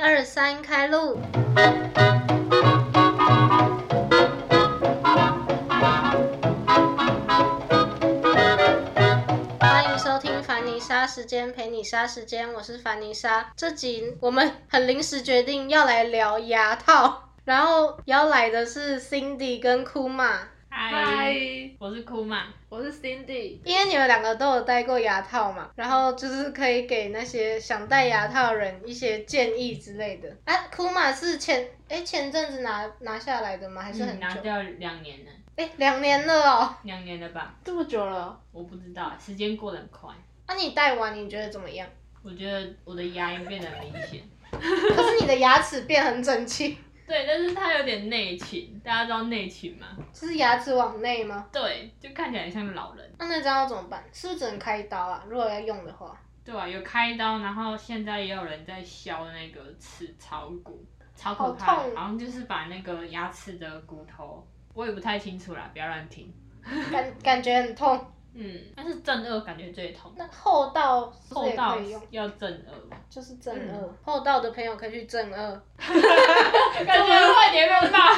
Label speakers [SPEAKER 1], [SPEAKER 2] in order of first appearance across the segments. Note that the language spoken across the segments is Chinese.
[SPEAKER 1] 二三，开路！欢迎收听凡妮莎时间陪你莎时间，我是凡妮莎。这集我们很临时决定要来聊牙套，然后邀来的是 Cindy 跟 Kuma，
[SPEAKER 2] 嗨
[SPEAKER 3] 嗨，，
[SPEAKER 2] 我是库玛。
[SPEAKER 3] 我是 Cindy。
[SPEAKER 1] 因为你们两个都有戴过牙套嘛，然后就是可以给那些想戴牙套的人一些建议之类的。啊，库玛是前哎前阵子拿拿下来的吗？还是很
[SPEAKER 2] 嗯，拿
[SPEAKER 1] 久？
[SPEAKER 2] 掉两年了，
[SPEAKER 1] 哎、两年了哦。
[SPEAKER 2] 两年了吧？
[SPEAKER 3] 这么久了，
[SPEAKER 2] 我不知道，时间过得很快。
[SPEAKER 1] 那、啊你戴完你觉得怎么样？
[SPEAKER 2] 我觉得我的牙龈变得明显，
[SPEAKER 1] 可是你的牙齿变很整齐，
[SPEAKER 2] 对，但是它有点内倾，大家知道内倾吗？
[SPEAKER 1] 就是牙齿往内吗？啊
[SPEAKER 2] 对，就看起来像老人。
[SPEAKER 1] 那那这样要怎么办？是不是只能开刀啊？如果要用的话，
[SPEAKER 2] 对啊，有开刀，然后现在也有人在削那个齿槽骨，超可怕
[SPEAKER 1] 好
[SPEAKER 2] 的，
[SPEAKER 1] 痛
[SPEAKER 2] 好像就是把那个牙齿的骨头，我也不太清楚啦，不要乱听。
[SPEAKER 1] 感 感觉很痛。
[SPEAKER 2] 嗯，但是正颚感觉最痛，
[SPEAKER 1] 那后道是不是
[SPEAKER 2] 后
[SPEAKER 1] 也
[SPEAKER 2] 到
[SPEAKER 1] 可以用？
[SPEAKER 2] 要正颚吧。
[SPEAKER 1] 就是正二、
[SPEAKER 2] 嗯
[SPEAKER 1] 后道的朋友可以去正二。
[SPEAKER 2] 感觉快点被骂。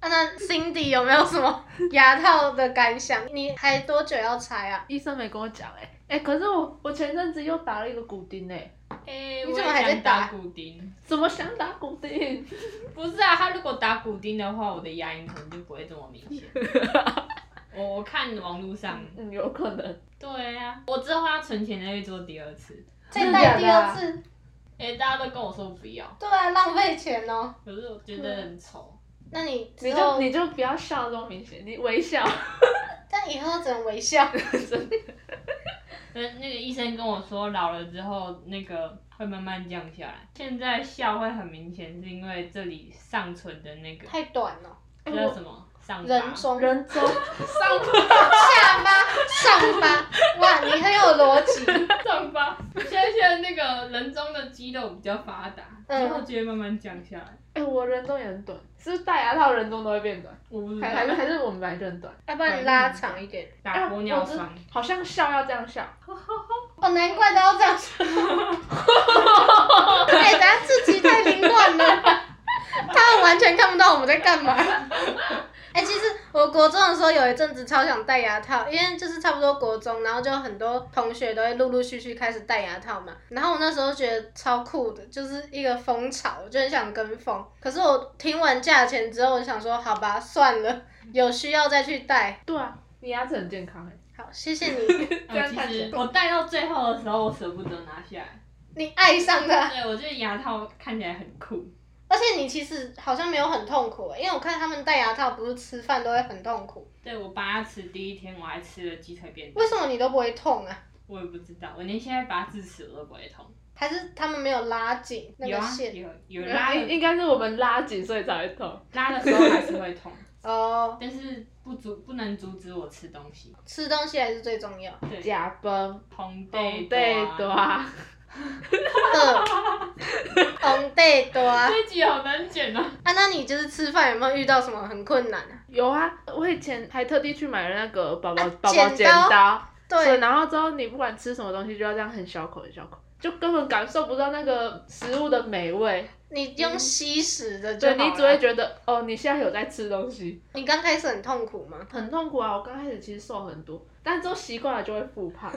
[SPEAKER 1] 啊那 Cindy 有没有什么牙套的感想？你还多久要拆啊？
[SPEAKER 3] 医生没跟我讲哎、欸、哎、可是我我前阵子又打了一个骨钉哎、
[SPEAKER 2] 哎、
[SPEAKER 1] 你
[SPEAKER 2] 我
[SPEAKER 1] 怎么
[SPEAKER 2] 也
[SPEAKER 1] 还在
[SPEAKER 2] 想
[SPEAKER 1] 打
[SPEAKER 2] 打骨钉？
[SPEAKER 3] 怎么想打骨钉？
[SPEAKER 2] 不是啊，他如果打骨钉的话，我的牙龈可能就不会这么明 显。我我看网络上，
[SPEAKER 3] 嗯，有可能。
[SPEAKER 2] 对啊，我之后要存钱再去做第二次。
[SPEAKER 1] 再
[SPEAKER 3] 真的假
[SPEAKER 1] 戴
[SPEAKER 3] 的啊
[SPEAKER 1] 第二次？
[SPEAKER 2] 哎、大家都跟我说不要，
[SPEAKER 1] 对啊，浪费钱哦。
[SPEAKER 2] 可是我觉
[SPEAKER 1] 嗯
[SPEAKER 2] 得很丑。
[SPEAKER 1] 那你
[SPEAKER 3] 你
[SPEAKER 1] 之
[SPEAKER 3] 就
[SPEAKER 1] 后，
[SPEAKER 3] 你就不要笑这么明显，你微笑。
[SPEAKER 1] 但以后只能微 笑。
[SPEAKER 3] 真的
[SPEAKER 2] 那那个医生跟我说，老了之后那个会慢慢降下来。现在笑会很明显，是因为这里上唇的那个
[SPEAKER 1] 太短了，
[SPEAKER 2] 这叫什么上巴
[SPEAKER 1] 人中、
[SPEAKER 3] 人 中上
[SPEAKER 1] 下巴、上巴，哇，你很有逻辑。
[SPEAKER 2] 上巴，现在现在那个人中的肌肉比较发达，
[SPEAKER 1] 嗯
[SPEAKER 2] 之后就会慢慢降下来。
[SPEAKER 3] 哎、我人中也很短，是不是戴牙套人中都会变短？
[SPEAKER 2] 我不知道
[SPEAKER 3] 还还是还是我们本来就很短。
[SPEAKER 1] 要不然你拉长一点。
[SPEAKER 2] 嗯打玻尿酸
[SPEAKER 3] 哎我，知好像笑要这样笑，
[SPEAKER 1] 哦，难怪都要这样 说。哎、等下自己太凌乱了，他们完全看不到我们在干嘛。哎、其实我国中的时候有一阵子超想戴牙套，因为就是差不多国中，然后就很多同学都会陆陆续续开始戴牙套嘛。然后我那时候觉得超酷的，就是一个风潮，我就很想跟风。可是我听完价钱之后，我想说好吧，算了，有需要再去戴。
[SPEAKER 3] 对啊，你牙齿很健康哎、
[SPEAKER 1] 好，谢谢你，
[SPEAKER 2] 呃哦其实我戴到最后的时候，我舍不得拿下来。
[SPEAKER 1] 你爱上它。
[SPEAKER 2] 对，我觉得牙套看起来很酷。
[SPEAKER 1] 而且你其实好像没有很痛苦欸，因为我看他们戴牙套，不是吃饭都会很痛苦，
[SPEAKER 2] 对我拔牙齿第一天，我还吃了鸡腿便当
[SPEAKER 1] 为，什么你都不会痛啊？
[SPEAKER 2] 我也不知道，我连现在拔智齿我都不会痛。
[SPEAKER 1] 还是他们没有拉紧那
[SPEAKER 2] 有
[SPEAKER 1] 个
[SPEAKER 2] 啊，
[SPEAKER 1] 线？
[SPEAKER 2] 有 有拉
[SPEAKER 3] 哎应
[SPEAKER 2] 的
[SPEAKER 3] 应该是我们拉紧所以才会痛。
[SPEAKER 2] 拉的时候还是会痛，
[SPEAKER 1] 哦，
[SPEAKER 2] 但是不阻不能阻止我吃东西。
[SPEAKER 1] 吃东西还是最重要。
[SPEAKER 2] 对，
[SPEAKER 3] 假崩，
[SPEAKER 2] 红
[SPEAKER 3] 对
[SPEAKER 2] 对
[SPEAKER 3] 对
[SPEAKER 2] 对。
[SPEAKER 3] 啊。
[SPEAKER 1] 饿，嗯红对多啊，
[SPEAKER 2] 这集好难剪啊！
[SPEAKER 1] 那你就是吃饭有没有遇到什么很困难啊？
[SPEAKER 3] 有啊，我以前还特地去买了那个宝
[SPEAKER 2] 啊
[SPEAKER 3] 宝宝
[SPEAKER 1] 剪
[SPEAKER 3] 宝
[SPEAKER 1] 刀
[SPEAKER 3] 剪刀，所以
[SPEAKER 1] 对，
[SPEAKER 3] 然后之后你不管吃什么东西，就要这样很小口很小口，就根本感受不到那个食物的美味，
[SPEAKER 1] 你用吸食的就
[SPEAKER 3] 嗯对
[SPEAKER 1] 好
[SPEAKER 3] 你只
[SPEAKER 1] 了
[SPEAKER 3] 会觉得哦，你现在有在吃东西，
[SPEAKER 1] 你刚开始很痛苦吗？
[SPEAKER 3] 很痛苦啊。我刚开始其实瘦很多，但之后习惯了就会复 胖，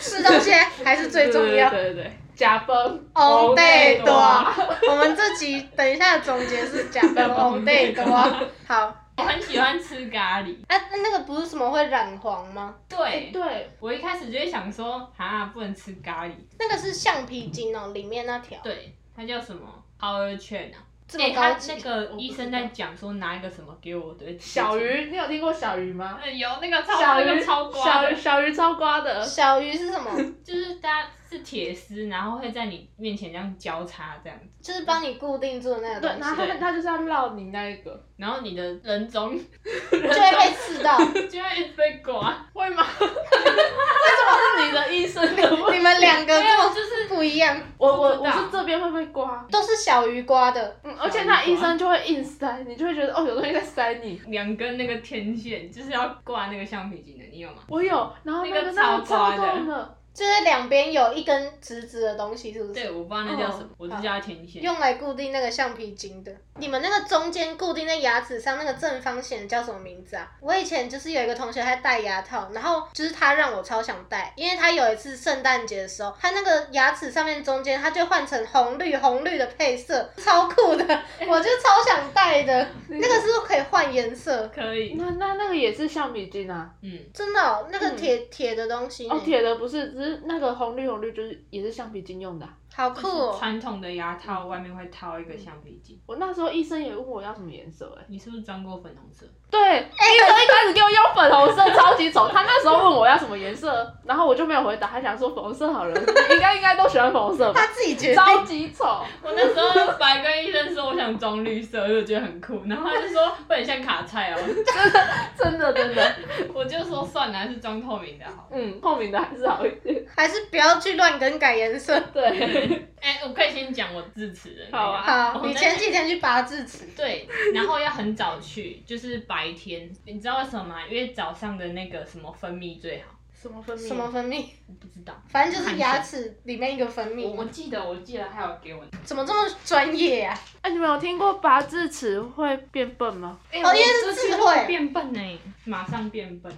[SPEAKER 1] 吃东西还是最重要。
[SPEAKER 3] 对对对对，加崩，
[SPEAKER 1] 红对
[SPEAKER 3] 对
[SPEAKER 1] 多啊，我们这集等一下的总结是讲的红对多 啊。好，
[SPEAKER 2] 我很喜欢吃咖喱。
[SPEAKER 1] 啊，那那个不是什么会染黄吗？
[SPEAKER 2] 对，
[SPEAKER 3] 对，
[SPEAKER 2] 我一开始就会想说，哈，不能吃咖喱。
[SPEAKER 1] 那个是橡皮筋哦，里面那条
[SPEAKER 2] 对，它叫什么 Power Chain 啊？
[SPEAKER 1] 这
[SPEAKER 2] 欸
[SPEAKER 1] 么高
[SPEAKER 2] 他
[SPEAKER 1] 级。
[SPEAKER 2] 那个医生在讲说拿一个什么给我，我都会吃
[SPEAKER 3] 小。鱼，你有听过小鱼吗？
[SPEAKER 2] 嗯，有那个超
[SPEAKER 3] 小
[SPEAKER 2] 那
[SPEAKER 3] 鱼
[SPEAKER 2] 个超瓜
[SPEAKER 3] 小鱼
[SPEAKER 2] 的，
[SPEAKER 3] 小鱼超瓜的，
[SPEAKER 1] 小鱼是什么？
[SPEAKER 2] 就是它是铁丝，然后会在你面前这样交叉这样子，
[SPEAKER 1] 就是帮你固定住的那个
[SPEAKER 3] 对，
[SPEAKER 1] 东
[SPEAKER 3] 然
[SPEAKER 1] 西，
[SPEAKER 3] 后它它就是要绕你那一个。
[SPEAKER 2] 然后你的人中
[SPEAKER 1] 就会被刺到。
[SPEAKER 2] 就会一直被刮。
[SPEAKER 3] 会吗？ 为什么是你的 医生的问题？
[SPEAKER 1] 你们两个
[SPEAKER 2] 没
[SPEAKER 1] 这
[SPEAKER 2] 有，
[SPEAKER 1] 么
[SPEAKER 2] 就是
[SPEAKER 1] 不一样，
[SPEAKER 3] 我我
[SPEAKER 2] 不知
[SPEAKER 3] 我
[SPEAKER 2] 道
[SPEAKER 3] 是这边会被刮，
[SPEAKER 1] 都是小鱼刮的。
[SPEAKER 3] 嗯，而且他医生就会硬塞，你就会觉得哦，有东西在塞你。
[SPEAKER 2] 两根那个天线，就是要挂那个橡皮筋的，你有吗？
[SPEAKER 3] 我有，然后那
[SPEAKER 2] 那
[SPEAKER 3] 个
[SPEAKER 2] 个
[SPEAKER 3] 那
[SPEAKER 2] 超
[SPEAKER 3] 个超
[SPEAKER 2] 刮的
[SPEAKER 3] 痛的，
[SPEAKER 1] 就是两边有一根直直的东西，是不是？
[SPEAKER 2] 对，我不知道那叫什么，我就叫它前线。
[SPEAKER 1] 用来固定那个橡皮筋的。你们那个中间固定在牙齿上那个正方形的叫什么名字啊？我以前就是有一个同学他戴牙套，然后就是他让我超想戴，因为他有一次圣诞节的时候，他那个牙齿上面中间他就换成红绿红绿的配色，超酷的，我就超想戴的。那个是不是可以换颜色？
[SPEAKER 2] 可以，
[SPEAKER 3] 那那那个也是橡皮筋啊，
[SPEAKER 2] 嗯，
[SPEAKER 1] 真的、哦，那个
[SPEAKER 3] 嗯
[SPEAKER 1] 铁铁、的东西呢、
[SPEAKER 3] 哦，铁的不是，只是那个红绿红绿就是也是橡皮筋用的啊、
[SPEAKER 1] 好酷哦！
[SPEAKER 2] 传统的牙套外面会套一个橡皮筋。
[SPEAKER 3] 我那时候医生也问我要什么颜色、哎，
[SPEAKER 2] 你是不是装过粉红色？
[SPEAKER 3] 对，医生一开始给我用粉红色，超级丑。他那时候问我要什么颜色，然后我就没有回答，他想说粉红色好了， 应该应该都喜欢粉红色 吧
[SPEAKER 1] 他，自己决定，
[SPEAKER 3] 超级丑。
[SPEAKER 2] 我那时候白跟医生说我想装绿色，因为我觉得很酷，然后他就说会很像卡菜哦，
[SPEAKER 3] 真的真的，
[SPEAKER 2] 我就说算了，还是装透明的好。
[SPEAKER 3] 嗯，透明的还是好一点。
[SPEAKER 1] 还是不要去乱更改颜色。
[SPEAKER 3] 对，
[SPEAKER 2] 哎、我可以先讲我智齿的那个。
[SPEAKER 3] 好啊
[SPEAKER 1] 好，
[SPEAKER 2] 我
[SPEAKER 1] 你
[SPEAKER 2] 那
[SPEAKER 1] 前几天去拔智齿，
[SPEAKER 2] 对，然后要很早去，就是白天，你知道为什么吗？因为早上的那个什么分泌最好，
[SPEAKER 3] 什么分泌？
[SPEAKER 1] 什么分泌？
[SPEAKER 2] 我不知道。
[SPEAKER 1] 反正就是牙齿里面一个分泌。
[SPEAKER 2] 我我记得我记得还有给我，
[SPEAKER 1] 怎么这么专业啊呀、
[SPEAKER 3] 哎、你们有听过拔智齿会变笨吗？
[SPEAKER 2] 哎
[SPEAKER 1] 哦因为是智慧
[SPEAKER 2] 变笨呢、马上变笨。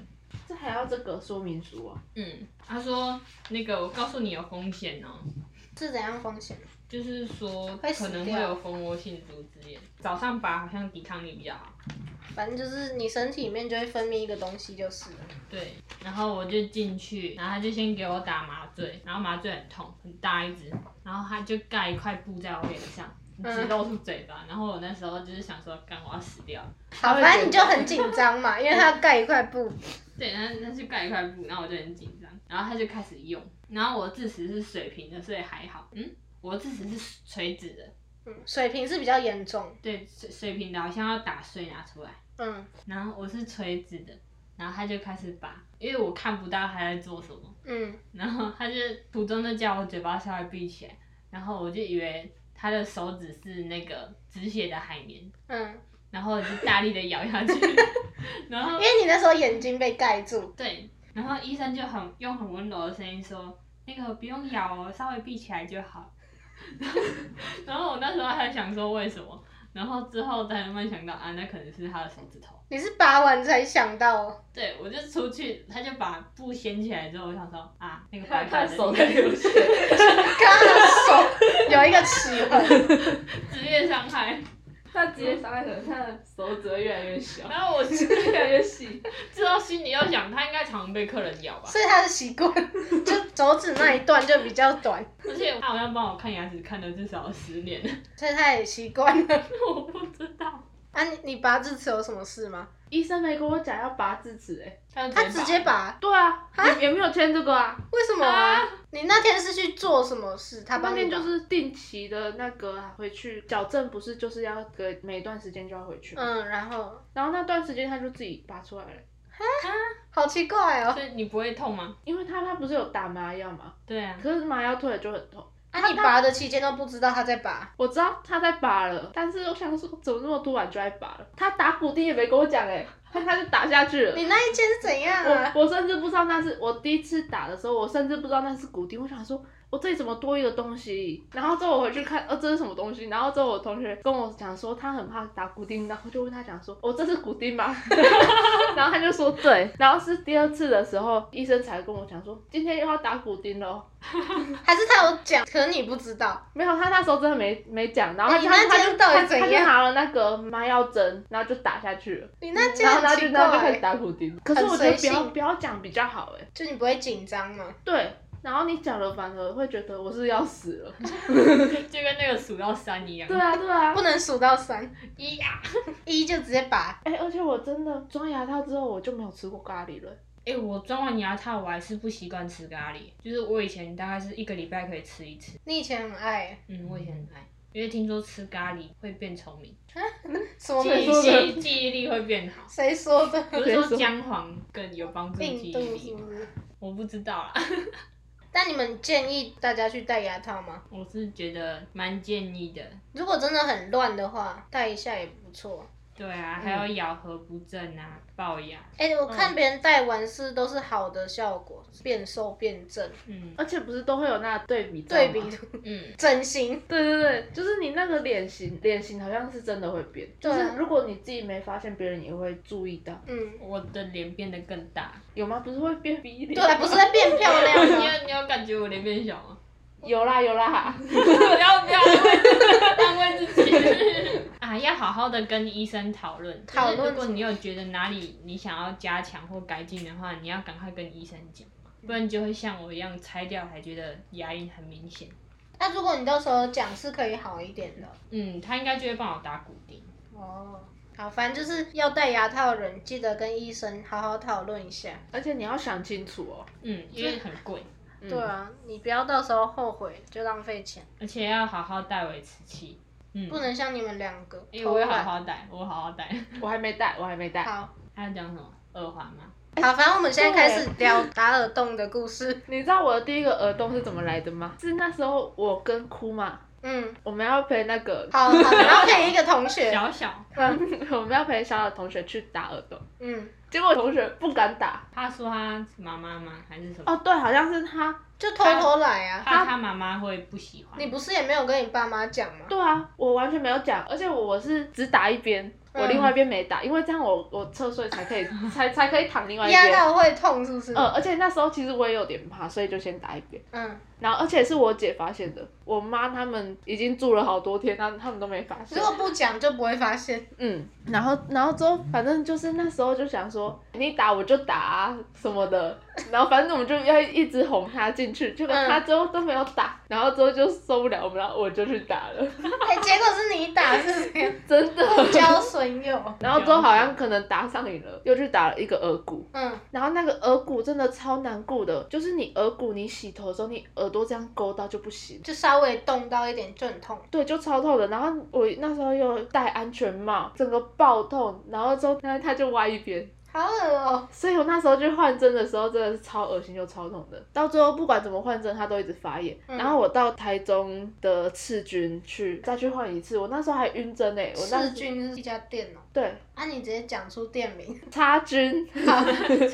[SPEAKER 3] 这还要这个说明书啊？
[SPEAKER 2] 嗯，他说那个我告诉你有风险哦、
[SPEAKER 1] 是怎样风险？
[SPEAKER 2] 就是说
[SPEAKER 1] 会死
[SPEAKER 2] 可能会
[SPEAKER 1] 掉
[SPEAKER 2] 有蜂窝性组织炎，早上拔好像抵抗力比较好。
[SPEAKER 1] 反正就是你身体里面就会分泌一个东西，就是了。
[SPEAKER 2] 对，然后我就进去，然后他就先给我打麻醉，然后麻醉很痛，很大一支，然后他就盖一块布在我脸上，
[SPEAKER 1] 嗯
[SPEAKER 2] 只露出嘴巴，然后我那时候就是想说，干我要死掉了，
[SPEAKER 1] 好，
[SPEAKER 3] 会
[SPEAKER 1] 反正你
[SPEAKER 3] 觉
[SPEAKER 1] 就
[SPEAKER 3] 得
[SPEAKER 1] 很紧张 嘛，因为它要盖一块布。
[SPEAKER 2] 对，然后他就盖一块布，然后我就很紧张，然后他就开始用，然后我的智齿是水平的，所以还好，嗯，我的智齿是垂直的，
[SPEAKER 1] 嗯，水平是比较严重。
[SPEAKER 2] 对，水水平的，好像要打碎拿出来，
[SPEAKER 1] 嗯
[SPEAKER 2] 然后我是垂直的，然后他就开始拔，因为我看不到他在做什么。
[SPEAKER 1] 嗯，
[SPEAKER 2] 然后他就途中就叫我嘴巴稍微闭起来，然后我就以为他的手指是那个止血的海绵，
[SPEAKER 1] 嗯，
[SPEAKER 2] 然后我就大力的咬下去， 然后
[SPEAKER 1] 因为你那时候眼睛被盖住，
[SPEAKER 2] 对，然后医生就很用很温柔的声音说，那个不用咬哦，稍微闭起来就好。 然后我那时候还想说为什么，然后之后才慢慢想到啊，那可能是他的手指头。
[SPEAKER 1] 你是拔完才想到 哦。
[SPEAKER 2] 对，我就出去，他就把布掀起来之后，我想说啊，那个
[SPEAKER 3] 他
[SPEAKER 2] 白白的
[SPEAKER 3] 在流血。
[SPEAKER 1] 刚刚他手 有一个齿痕，
[SPEAKER 2] 职业伤害。
[SPEAKER 3] 他直接伤害可能他的手指会越来越小，
[SPEAKER 2] 然后我就
[SPEAKER 3] 越来越细。
[SPEAKER 2] 知道心里要想，他应该常被客人咬吧？
[SPEAKER 1] 所以他的习惯就手指那一段就比较短，
[SPEAKER 2] 而且他好像帮我看牙齿看了至少十年，
[SPEAKER 1] 所以他也习惯了。
[SPEAKER 2] 我不知道。
[SPEAKER 1] 啊，你你拔智齿有什么事吗？
[SPEAKER 3] 医生没跟我讲要拔智齿、哎，
[SPEAKER 2] 他
[SPEAKER 1] 他直接拔，
[SPEAKER 3] 对啊，也也没有签这个啊。
[SPEAKER 1] 为什么啊？你那天是去做什么事？他
[SPEAKER 3] 那
[SPEAKER 1] 啊帮你
[SPEAKER 3] 边
[SPEAKER 1] 打
[SPEAKER 3] 就是定期的那个啊回去矫正，不是就是要隔每一段时间就要回去吗，
[SPEAKER 1] 嗯，然后
[SPEAKER 3] 然后那段时间他就自己拔出来了，
[SPEAKER 1] 好奇怪
[SPEAKER 2] 拔
[SPEAKER 1] 哦，
[SPEAKER 2] 所以你不会痛吗？
[SPEAKER 3] 因为他他不是有打麻药嘛，
[SPEAKER 2] 对啊，
[SPEAKER 3] 可是麻药退了就很痛。
[SPEAKER 1] 啊，你拔的期间都不知道他在拔，
[SPEAKER 3] 我知道他在拔了，但是我想说怎么那么突然就在拔了？他打补丁也没跟我讲哎、他 他就打下去了。
[SPEAKER 1] 你那一间是怎样啊？
[SPEAKER 3] 我我甚至不知道那是我第一次打的时候，我甚至不知道那是骨钉。我想说，我这里怎么多一个东西？然后之后我回去看，呃，这是什么东西？然后之后我同学跟我讲说，他很怕打骨钉，然后就问他讲说，哦，这是骨钉吗？ 然后他就说对。然后是第二次的时候，医生才跟我讲说，今天又要打骨钉了。哦
[SPEAKER 1] 还是他有讲，可你不知道？
[SPEAKER 3] 没有，他那时候真的没没讲，然后
[SPEAKER 1] 哎
[SPEAKER 3] 他
[SPEAKER 1] 你
[SPEAKER 3] 就
[SPEAKER 1] 那
[SPEAKER 3] 他
[SPEAKER 1] 天
[SPEAKER 3] 就
[SPEAKER 1] 到底
[SPEAKER 3] 他
[SPEAKER 1] 怎
[SPEAKER 3] 他就
[SPEAKER 1] 样
[SPEAKER 3] 拿了那个麻药针，然后就打下去了，
[SPEAKER 1] 你那间
[SPEAKER 3] 然后他
[SPEAKER 1] 很
[SPEAKER 3] 就
[SPEAKER 1] 奇
[SPEAKER 3] 然后就开
[SPEAKER 1] 怪，
[SPEAKER 3] 始打骨钉。可是
[SPEAKER 1] 很
[SPEAKER 3] 我觉得不
[SPEAKER 1] 随
[SPEAKER 3] 要
[SPEAKER 1] 性
[SPEAKER 3] 不要讲比较好哎、
[SPEAKER 1] 就你不会紧张吗？
[SPEAKER 3] 对，然后你讲了，反而会觉得我是要 死了。
[SPEAKER 2] 就跟那个数到三一样。
[SPEAKER 3] 对啊，对啊
[SPEAKER 1] 不。能数到三，
[SPEAKER 2] 一呀、
[SPEAKER 1] 一就直接拔，
[SPEAKER 3] 哎、而且我真的装牙套之后，我就没有吃过咖喱了。
[SPEAKER 2] 哎、我装完牙套，我还是不习惯吃咖喱。就是我以前大概是一个礼拜可以吃一次。
[SPEAKER 1] 你以前很爱，欸
[SPEAKER 2] 嗯，我以前很爱，因为听说吃咖喱会变聪明，
[SPEAKER 1] 什么
[SPEAKER 2] 记
[SPEAKER 1] 美
[SPEAKER 3] 谁说的
[SPEAKER 1] 西？
[SPEAKER 2] 忆记忆力会变好。
[SPEAKER 1] 谁说 的？
[SPEAKER 2] 不是
[SPEAKER 3] 谁
[SPEAKER 2] 说
[SPEAKER 3] 说
[SPEAKER 2] 姜黄更有帮助记
[SPEAKER 1] 病
[SPEAKER 2] 忆
[SPEAKER 1] 毒是
[SPEAKER 2] 力？
[SPEAKER 1] 不是？
[SPEAKER 2] 我不知道啦。
[SPEAKER 1] 但你们建议大家去戴牙套吗？
[SPEAKER 2] 我是觉得蛮建议的，
[SPEAKER 1] 如果真的很乱的话，戴一下也不错。
[SPEAKER 2] 对啊，还有咬合不正啊，龅牙，
[SPEAKER 1] 哎、我看别人戴完是都是好的效果，变瘦变正，
[SPEAKER 2] 嗯
[SPEAKER 3] 而且不是都会有那对比照吗
[SPEAKER 1] 对比 图
[SPEAKER 2] 嗯，
[SPEAKER 1] 整形。
[SPEAKER 3] 对对对，就是你那个脸型，脸型好像是真的会变。
[SPEAKER 1] 对啊
[SPEAKER 3] 就是如果你自己没发现，别人也会注意到。
[SPEAKER 1] 嗯，
[SPEAKER 2] 我的脸变得更 大，
[SPEAKER 3] 有吗？不是会变逼脸？
[SPEAKER 1] 对啊，不是在变漂
[SPEAKER 2] 你
[SPEAKER 1] 亮 吗？
[SPEAKER 2] 有你有感觉我脸变小吗？
[SPEAKER 3] 有啦有啦，
[SPEAKER 2] 不要不要 安 慰自己，啊，要好好的跟医生讨论。就是
[SPEAKER 1] 讨论
[SPEAKER 2] 如果你有觉得哪里你想要加强或改进的话，你要赶快跟医生讲，不然就会像我一样拆掉还觉得牙龈很明显。
[SPEAKER 1] 那如果你到时候讲是可以好一点的。
[SPEAKER 2] 嗯，他应该就会帮我打骨钉。
[SPEAKER 1] 哦，好，反正就是要戴牙套的人，记得跟医生好好讨论一下。
[SPEAKER 3] 而且你要想清楚哦。
[SPEAKER 2] 嗯，因为很贵，
[SPEAKER 3] 嗯
[SPEAKER 1] 对，啊，你不要到时候后悔，就浪费钱，
[SPEAKER 2] 而且要好好戴维持器。嗯，
[SPEAKER 1] 不能像你们两个。
[SPEAKER 2] 哎、
[SPEAKER 1] 偷
[SPEAKER 2] 我有好
[SPEAKER 1] 懒
[SPEAKER 2] 好戴，我好好戴。
[SPEAKER 3] 我还没戴，我还没戴。
[SPEAKER 1] 好。
[SPEAKER 2] 还要讲什么？耳环吗？
[SPEAKER 1] 好，反正我们现在开始 聊打耳洞的故事。
[SPEAKER 3] 你知道我的第一个耳洞是怎么来的吗？是那时候我跟哭嘛，
[SPEAKER 1] 嗯，
[SPEAKER 3] 我们要陪那个，
[SPEAKER 1] 好好，然后陪一个同 学。
[SPEAKER 2] 小小，
[SPEAKER 1] 嗯
[SPEAKER 3] 我们要陪小小同学去打耳洞，
[SPEAKER 1] 嗯，
[SPEAKER 3] 结果同学不敢打。
[SPEAKER 2] 怕说他妈妈吗？还是什么？
[SPEAKER 3] 哦，对，好像是他。
[SPEAKER 1] 就偷偷来啊。
[SPEAKER 2] 怕他妈妈会不喜欢。
[SPEAKER 1] 你不是也没有跟你爸妈讲吗？
[SPEAKER 3] 对啊，我完全没有讲，而且我我是只打一边，我另外一边没打，因为这样我我侧睡才可以才才可以躺另外一
[SPEAKER 1] 压
[SPEAKER 3] 边。
[SPEAKER 1] 到会痛是不是？
[SPEAKER 3] 呃，而且那时候其实我也有点怕，所以就先打一边。
[SPEAKER 1] 嗯，
[SPEAKER 3] 然后，而且是我姐发现的，我妈他们已经住了好多天，他他们都没发现
[SPEAKER 1] 如。果不讲就不会发现。
[SPEAKER 3] 嗯，然后然后之后，反正就是那时候就想说，你打我就打、啊、什么的，然后反正我们就要一直哄她进去，结果
[SPEAKER 1] 嗯
[SPEAKER 3] 她最后都没有打，然后之后就受不了我们，然后我就去打了，
[SPEAKER 1] 哎、结果是你打是 谁？
[SPEAKER 3] 真的。
[SPEAKER 1] 交损友。
[SPEAKER 3] 然后之后好像可能打上瘾了，又去打了一个耳骨，
[SPEAKER 1] 嗯，
[SPEAKER 3] 然后那个耳骨真的超难顾的，就是你耳骨你洗头的时候，你耳朵这样勾到就不行。
[SPEAKER 1] 就稍微动到一点就很痛。
[SPEAKER 3] 对，就超痛的。然后我那时候又戴安全帽，整个爆痛。然后之后，那它就歪一边，
[SPEAKER 1] 好恶哦、
[SPEAKER 3] 所以我那时候去换针的时候，真的是超恶心又超痛的。到最后不管怎么换针，它都一直发炎。
[SPEAKER 1] 嗯
[SPEAKER 3] 然后我到台中的赤军去再去换一次，我那时候还晕针呢、欸哎我那
[SPEAKER 1] 世
[SPEAKER 3] 时
[SPEAKER 1] 俊是一家店哦、
[SPEAKER 3] 对
[SPEAKER 1] 啊，你直接讲出店名，
[SPEAKER 3] 插菌，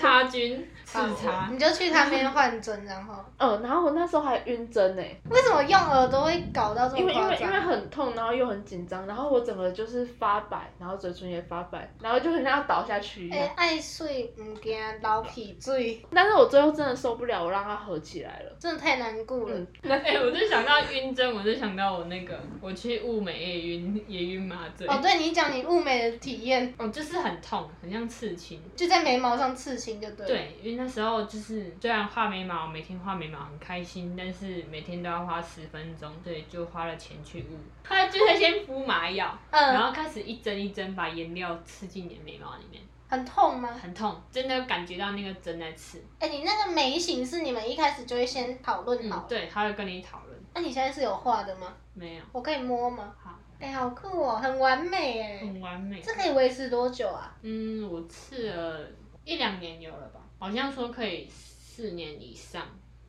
[SPEAKER 2] 插军刺
[SPEAKER 1] 好
[SPEAKER 2] 插，
[SPEAKER 1] 你就去他那边换针，然后
[SPEAKER 3] 嗯，然后我那时候还晕针呢、
[SPEAKER 1] 为什么用耳朵会搞到这
[SPEAKER 3] 因
[SPEAKER 1] 么
[SPEAKER 3] 为因
[SPEAKER 1] 夸
[SPEAKER 3] 为因为
[SPEAKER 1] 张？
[SPEAKER 3] 很痛，然后又很紧张，然后我整个就是发白，然后嘴唇也发白，然后就很像要倒下去一
[SPEAKER 1] 哎、
[SPEAKER 3] 样。
[SPEAKER 1] 爱睡唔惊流鼻水，
[SPEAKER 3] 但是我最后真的受不了，我让它合起来了。
[SPEAKER 1] 真的太难过了。
[SPEAKER 3] 嗯
[SPEAKER 2] 哎、我就想到晕针，我就想到我那个，我去雾眉也晕，也晕麻醉，
[SPEAKER 1] 哦，对你讲你雾眉的体验，
[SPEAKER 2] 哦，就是很痛，很像刺青。
[SPEAKER 1] 就在眉毛上刺青，就对了。
[SPEAKER 2] 对，因为那时候就是虽然画眉毛，每天画眉毛很开心，但是每天都要花十分钟，所以就花了钱去 雾。后来就是先敷麻药，然
[SPEAKER 1] 嗯，
[SPEAKER 2] 后开始一针一针把颜料刺进你的眉毛里面，
[SPEAKER 1] 很痛吗？
[SPEAKER 2] 很痛，真的感觉到那个针在刺。
[SPEAKER 1] 哎、你那个眉形是你们一开始就会先讨论好的，
[SPEAKER 2] 嗯，对，他会跟你讨论。
[SPEAKER 1] 那、你现在是有画的吗？
[SPEAKER 2] 没有，
[SPEAKER 1] 我可以摸吗？
[SPEAKER 2] 好，嗯
[SPEAKER 1] 哎、好酷哦、很完美哎、
[SPEAKER 2] 很完美。
[SPEAKER 1] 这可以维持多久啊？
[SPEAKER 2] 嗯，我刺了一两年有了吧，好像说可以四年以上。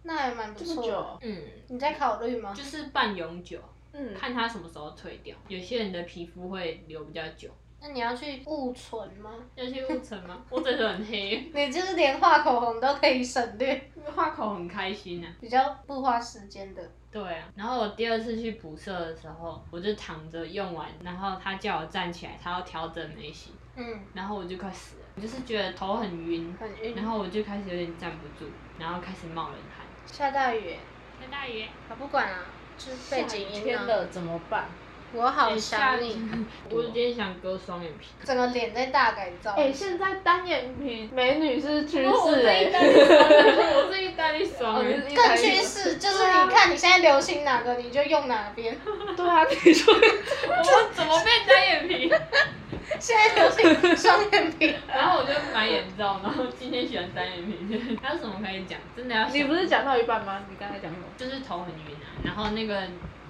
[SPEAKER 1] 那还蛮不
[SPEAKER 3] 这么
[SPEAKER 1] 错的。
[SPEAKER 3] 久，
[SPEAKER 2] 嗯，
[SPEAKER 1] 你在考虑吗？
[SPEAKER 2] 就是半永久，
[SPEAKER 3] 嗯，
[SPEAKER 2] 看它什么时候退掉。有些人的皮肤会留比较久，
[SPEAKER 1] 那你要去雾唇吗？
[SPEAKER 2] 要去雾层吗？我真的很黑，
[SPEAKER 1] 你就是连画口红都可以省略，
[SPEAKER 2] 画口很开心啊。
[SPEAKER 1] 比较不花时间的。
[SPEAKER 2] 对啊，然后我第二次去补色的时候，我就躺着用完，然后他叫我站起来，他要调整眉形，
[SPEAKER 1] 嗯，
[SPEAKER 2] 然后我就快死了，我就是觉得头很晕，啊
[SPEAKER 1] 很晕。
[SPEAKER 2] 然后我就开始有点站不住，然后开始冒冷汗。
[SPEAKER 1] 下大雨耶，
[SPEAKER 2] 下大雨耶，
[SPEAKER 1] 我不管啊，就是背景音啊。
[SPEAKER 3] 怎么办？
[SPEAKER 1] 我好
[SPEAKER 2] 哎下
[SPEAKER 1] 想你，
[SPEAKER 2] 我有点想割双眼皮。
[SPEAKER 1] 整个脸在大改造。
[SPEAKER 3] 哎、现在单眼皮美女是趋
[SPEAKER 1] 哦
[SPEAKER 2] 我
[SPEAKER 3] 势
[SPEAKER 2] 是欸意
[SPEAKER 3] 哎、
[SPEAKER 2] 大利双，我是意大利双人。
[SPEAKER 1] 更趋势就是你看你现在流行哪个，你就用哪边。
[SPEAKER 3] 对啊，你说
[SPEAKER 2] 我怎么变单眼 皮？
[SPEAKER 1] 现在流行双眼皮，
[SPEAKER 2] 然后我就买眼罩，然后今天喜欢单眼皮。 还有什么可以讲？真的要想
[SPEAKER 3] 你不是讲到一半吗？你刚才讲什么？
[SPEAKER 2] 就是头很晕啊，然后那个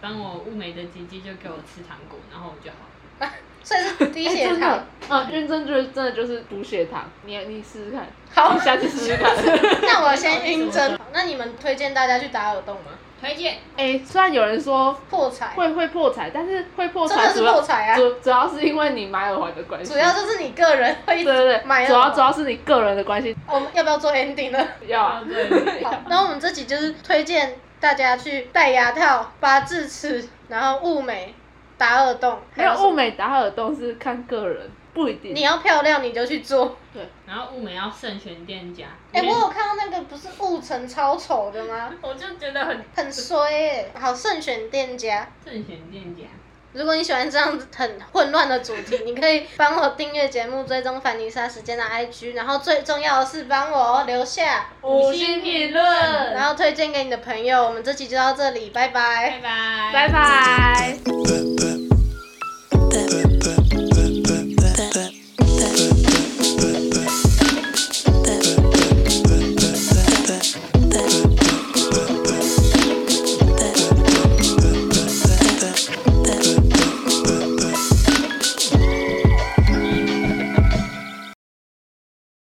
[SPEAKER 2] 帮我雾眉的姐姐就给我吃糖果，然后我就好了。
[SPEAKER 1] 所以是低
[SPEAKER 3] 哎
[SPEAKER 1] 血
[SPEAKER 3] 真
[SPEAKER 1] 糖
[SPEAKER 3] 的。，嗯，认真就是真的就是补血糖，你你试试看，
[SPEAKER 1] 好
[SPEAKER 3] 你，下次试试看。
[SPEAKER 1] 那我先晕针。那你们推荐大家去打耳洞吗？
[SPEAKER 2] 推荐。
[SPEAKER 3] 哎、虽然有人说
[SPEAKER 1] 破财，
[SPEAKER 3] 会会破财，但是会破
[SPEAKER 1] 真
[SPEAKER 3] 财
[SPEAKER 1] 的是
[SPEAKER 3] 主
[SPEAKER 1] 破
[SPEAKER 3] 要
[SPEAKER 1] 财啊！
[SPEAKER 3] 主主要是因为你买耳环的关系，
[SPEAKER 1] 主要就是你个人会
[SPEAKER 3] 对对
[SPEAKER 1] 买耳
[SPEAKER 3] 对，主要
[SPEAKER 1] 环
[SPEAKER 3] 主要是你个人的关系，
[SPEAKER 1] 我们要不要做 ending 呢？
[SPEAKER 3] 要啊，
[SPEAKER 2] 哦对，
[SPEAKER 1] 好，那我们这集就是推荐大家去戴牙套、拔智齿，然后雾眉、打耳洞，
[SPEAKER 3] 没
[SPEAKER 1] 还
[SPEAKER 3] 有
[SPEAKER 1] 什么
[SPEAKER 3] 物美打耳洞是看个人，不一定
[SPEAKER 1] 你。要漂亮你就去做。
[SPEAKER 2] 然后物美要慎选店家。
[SPEAKER 1] 哎、
[SPEAKER 2] 因为
[SPEAKER 1] 我有看到那个不是雾城超丑的吗？
[SPEAKER 2] 我就觉得很
[SPEAKER 1] 很衰哎、好，慎选店家。
[SPEAKER 2] 慎选店家。
[SPEAKER 1] 如果你喜欢这样子很混乱的主题，你可以帮我订阅节目，追踪凡妮莎时间的 IG，然后最重要的是帮我留下，
[SPEAKER 2] 五星评论
[SPEAKER 1] 然后推荐给你的朋友。我们这期就到这里，拜拜
[SPEAKER 2] 哎拜拜，
[SPEAKER 3] 拜拜。
[SPEAKER 4] bleh, bleh,